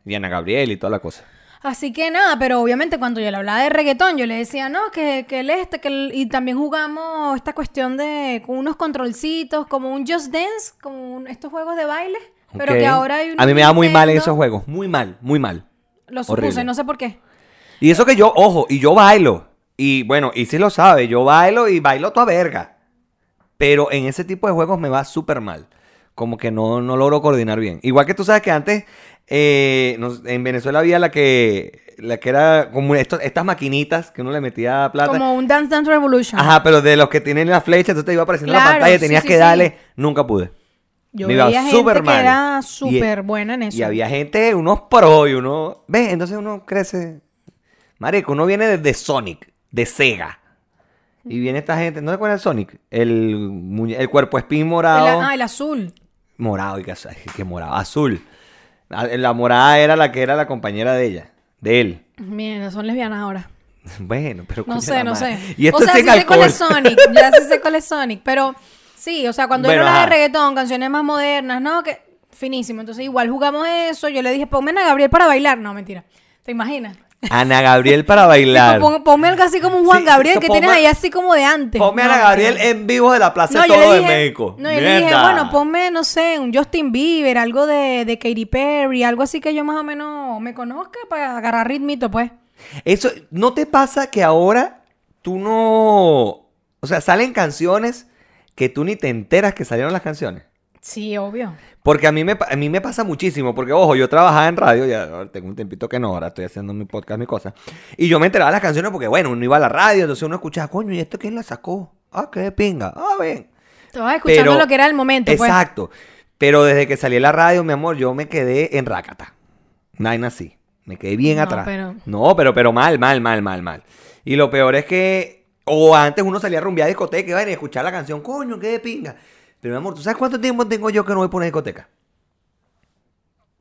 A: Diana Gabriel y toda la cosa.
B: Así que nada, pero obviamente cuando yo le hablaba de reggaetón, yo le decía, no, que, que el este, que el- Y también jugamos esta cuestión de con unos controlcitos, como un Just Dance, como un- estos juegos de baile. Pero
A: Ok.
B: que ahora hay unos
A: A mí me da muy mal en
B: Nintendo.
A: esos juegos. Muy mal, muy mal.
B: Lo
A: Horrible.
B: supuse, no sé por qué.
A: Y eso que yo, ojo, y yo bailo. Y bueno, y sí lo sabe, yo bailo y bailo toda verga. Pero en ese tipo de juegos me va súper mal. Como que no, no logro coordinar bien. Igual que tú sabes que antes eh, nos- en Venezuela había la que, la que era como esto- estas maquinitas que uno le metía plata.
B: Como un Dance Dance Revolution.
A: Ajá, pero de los que tienen la flecha, entonces te iba apareciendo en la
B: Claro,
A: pantalla,
B: sí,
A: tenías
B: sí,
A: que
B: sí.
A: darle. Nunca pude.
B: Yo
A: me iba
B: veía gente
A: súper
B: que
A: mal.
B: era
A: Y- e-
B: súper buena en eso.
A: Y había gente, unos pro y uno. ¿Ves? Entonces uno crece. Marico, uno viene de, de Sonic, de Sega. Y viene esta gente. ¿No te acuerdas de Sonic? El, muñe- el cuerpo espín
B: El-
A: morado.
B: ah, el azul.
A: Morado, y que, ay, qué morado. Azul. Ah, La morada era la que era la compañera de ella. De él.
B: Mira, son lesbianas ahora.
A: Bueno, pero.
B: No
A: coño,
B: sé,
A: la
B: no
A: madre.
B: sé.
A: Y esto
B: o sea,
A: es
B: sí
A: sin
B: sé cuál
A: alcohol.
B: es Sonic. Ya sí sé cuál es Sonic. Pero sí, o sea, cuando
A: Bueno,
B: era la de
A: ajá.
B: reggaetón, canciones más modernas, ¿no? Que finísimo. Entonces, igual jugamos eso. Yo le dije, ponme a Gabriel para bailar. No, mentira. ¿Te imaginas?
A: Ana Gabriel para bailar.
B: Tipo, pon- ponme algo así como un Juan
A: Sí,
B: Gabriel
A: sí,
B: que
A: ponme-
B: tienes ahí así como de antes.
A: Ponme a
B: No,
A: Ana Gabriel
B: mentira.
A: en vivo de la Plaza
B: No,
A: de
B: yo
A: Todo
B: le
A: de
B: dije,
A: México.
B: no, yo le dije,
A: Mierda.
B: bueno, ponme, no sé, un Justin Bieber, algo de, de Katy Perry, algo así que yo más o menos me conozca para agarrar ritmito, pues.
A: Eso, ¿no te pasa que ahora tú no... O sea, salen canciones que tú ni te enteras que salieron las canciones?
B: Sí, obvio.
A: Porque a mí me, pa- a mí me pasa muchísimo, porque ojo, yo trabajaba en radio, ya ahora tengo un tiempito que no, ahora estoy haciendo mi podcast, mi cosa. Y yo me enteraba de las canciones porque, bueno, uno iba a la radio, entonces uno escuchaba, coño, ¿y esto quién la sacó? Ah, qué pinga, ah, bien.
B: Estabas escuchando
A: Pero-
B: lo que era el momento, pues.
A: Exacto. Pero desde que salí a la radio, mi amor, yo me quedé en rácata. Nine así. Me quedé bien
B: No,
A: atrás.
B: pero-
A: No, pero, pero mal, mal, mal, mal, mal. Y lo peor es que. O antes uno salía a rumbear a discoteca y vaina, y escuchar la canción, coño, qué de pinga. Pero mi amor, ¿tú sabes cuánto tiempo tengo yo que no voy por una discoteca?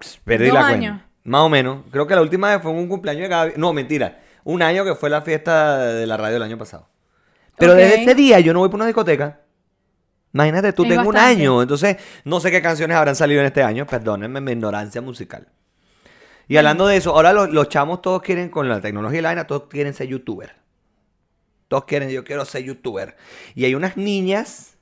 A: Pss, Perdí
B: Dos
A: la
B: años.
A: cuenta. Más o menos. Creo que la última vez fue en un cumpleaños de Gaby. No, mentira. Un año que fue la fiesta de la radio del año pasado. Pero
B: Ok.
A: desde ese día yo no voy por una discoteca. Imagínate, tú
B: Es
A: tengo un
B: bastante.
A: año, entonces no sé qué canciones habrán salido en este año, perdónenme mi ignorancia musical.
B: Mm.
A: Y hablando de eso, ahora los, los chamos todos quieren, con la tecnología y la vaina, todos quieren ser youtuber. Todos quieren, yo quiero ser youtuber. Y hay unas niñas,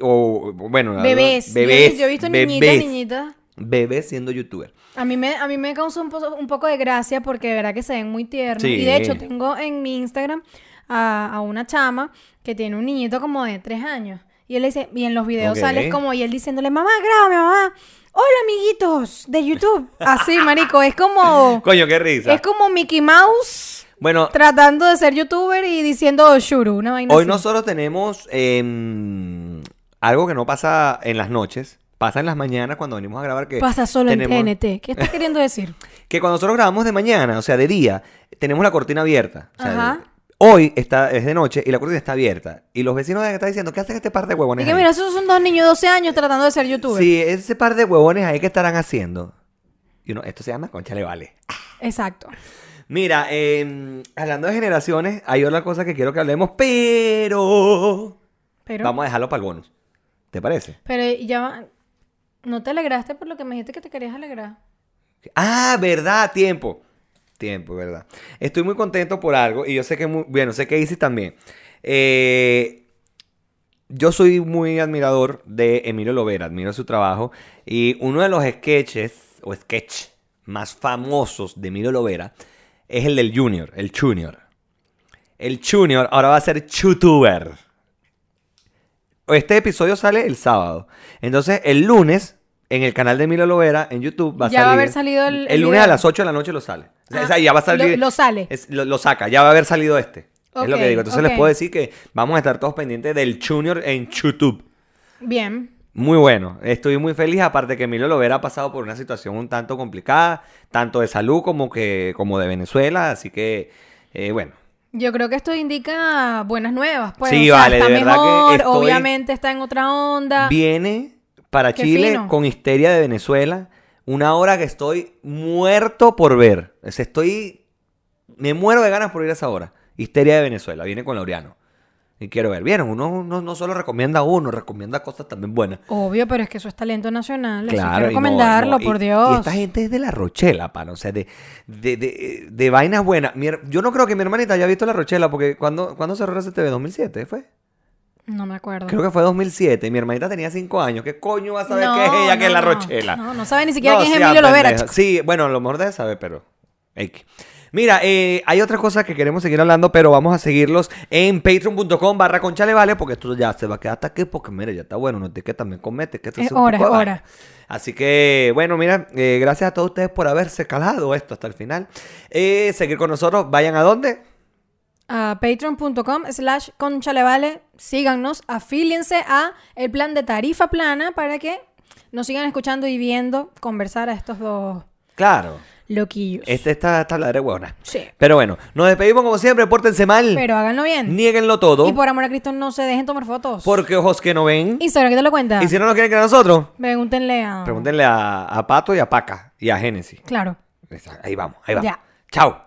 A: o bueno, hablo-
B: Bebés.
A: bebés,
B: Yo, yo he visto niñitas,
A: bebés,
B: niñitas.
A: bebés siendo youtuber.
B: A mí me, a mí me causa un, po- un poco de gracia porque de verdad que se ven muy tiernos.
A: Sí.
B: Y de hecho tengo en mi Instagram a, a una chama que tiene un niñito como de tres años. Y él le dice, y en los videos
A: Ok.
B: sale como, y él diciéndole, mamá, grábame, mamá. Hola, amiguitos de YouTube. Así, marico, es como,
A: Coño, qué risa.
B: es como Mickey Mouse
A: bueno,
B: tratando de ser youtuber y diciendo shuru, una vaina
A: Hoy
B: así.
A: nosotros tenemos em, algo que no pasa en las noches, pasa en las mañanas cuando venimos a grabar que
B: Pasa solo
A: tenemos-
B: en TNT. ¿Qué estás queriendo decir?
A: Que cuando nosotros grabamos de mañana, o sea, de día, tenemos la cortina abierta. O sea,
B: Ajá.
A: Hoy está, es de noche y la cortina está abierta. Y los vecinos de acá están diciendo, ¿qué hacen este par de
B: Y
A: huevones
B: que
A: ahí?
B: mira, esos son dos niños de 12 años tratando de ser youtuber.
A: sí, ese par de huevones ahí que estarán haciendo. Y uno, esto se llama concha le vale.
B: Exacto.
A: Mira, em, hablando de generaciones, hay otra cosa que quiero que hablemos, pero...
B: Pero,
A: Vamos a dejarlo para el bonus. ¿Te parece?
B: pero ya va- no te alegraste por lo que me dijiste que te querías alegrar.
A: Ah, verdad, tiempo. Tiempo, verdad. Estoy muy contento por algo y yo sé que, mu- bueno, sé que Isis también. Eh, yo soy muy admirador de Emilio Lovera, admiro su trabajo y uno de los sketches, o sketch, más famosos de Milo Lovera es el del Junior, el Junior. El Junior ahora va a ser YouTuber. Este episodio sale el sábado. Entonces, el lunes, en el canal de Milo Lovera, en YouTube, va a
B: Ya va a
A: salir-
B: haber salido el- el
A: lunes
B: video.
A: a las 8 de la noche lo sale. O sea,
B: Ah,
A: o sea, ya va a salir.
B: lo- lo sale.
A: es- lo, lo saca, ya va a haber salido este. es lo
B: Ok,
A: que digo. Entonces,
B: ok.
A: les puedo decir que vamos a estar todos pendientes del Junior en YouTube.
B: Bien.
A: Muy bueno, estoy muy feliz, aparte que Emilio Lovera ha pasado por una situación un tanto complicada, tanto de salud como que como de Venezuela, así que eh, bueno,
B: Yo creo que esto indica buenas nuevas. Pues,
A: Sí,
B: o sea,
A: vale,
B: está
A: de verdad que
B: mejor,
A: estoy-
B: obviamente está en otra onda.
A: viene para
B: Qué
A: Chile
B: fino.
A: con Histeria de Venezuela, una hora que estoy muerto por ver, O sea, estoy, me muero de ganas por ir a esa hora, Histeria de Venezuela, viene con Laureano, y quiero ver, vieron, uno no, no solo recomienda a uno, recomienda cosas también buenas.
B: Obvio, pero es que eso es talento nacional. Claro,
A: Claro, y no-
B: recomendarlo,
A: no, y-
B: por
A: y
B: Dios.
A: esta gente es de la Rochela, pana. O sea, de, de, de- de vainas buenas. Mi her- yo no creo que mi hermanita haya visto la Rochela, porque cuando, cuando cerró ese TV, 2007 fue.
B: No me acuerdo.
A: Creo que fue 2007. Mi hermanita tenía 5 años. ¿Qué coño va a saber
B: No,
A: qué es ella que es la
B: no, no.
A: Rochela?
B: No, no sabe ni siquiera quién es
A: sea
B: Emilio Lovera,
A: pendeja.
B: chico.
A: Sí, bueno, a lo mejor debe saber, pero. X. Mira, eh, hay otra cosa que queremos seguir hablando, pero vamos a seguirlos en patreon.com barra conchalevale, porque esto ya se va a quedar hasta aquí, porque mira, ya está bueno, no te que también comete, que esto
B: Es
A: un
B: hora,
A: poco de
B: es
A: vaina.
B: hora.
A: Así que, bueno, mira, eh, gracias a todos ustedes por haberse calado esto hasta el final. Eh, seguir con nosotros, vayan a dónde.
B: a patreon.com slash conchalevale. Síganos, afíliense a el plan de tarifa plana para que nos sigan escuchando y viendo conversar a estos dos
A: Claro,
B: loquillos.
A: este está esta habladera huevona.
B: Sí.
A: Pero bueno, nos despedimos como siempre, pórtense mal,
B: Pero háganlo bien.
A: nieguenlo todo,
B: Y por amor a Cristo no se dejen tomar fotos.
A: porque ojos que no ven.
B: Instagram, ¿qué te lo cuenta?
A: Y si no nos quieren que nosotros,
B: Pregúntenle a...
A: pregúntenle a, a Pato y a Paca y a Génesis.
B: Claro.
A: Esa- Ahí vamos, ahí vamos.
B: Ya.
A: Chao.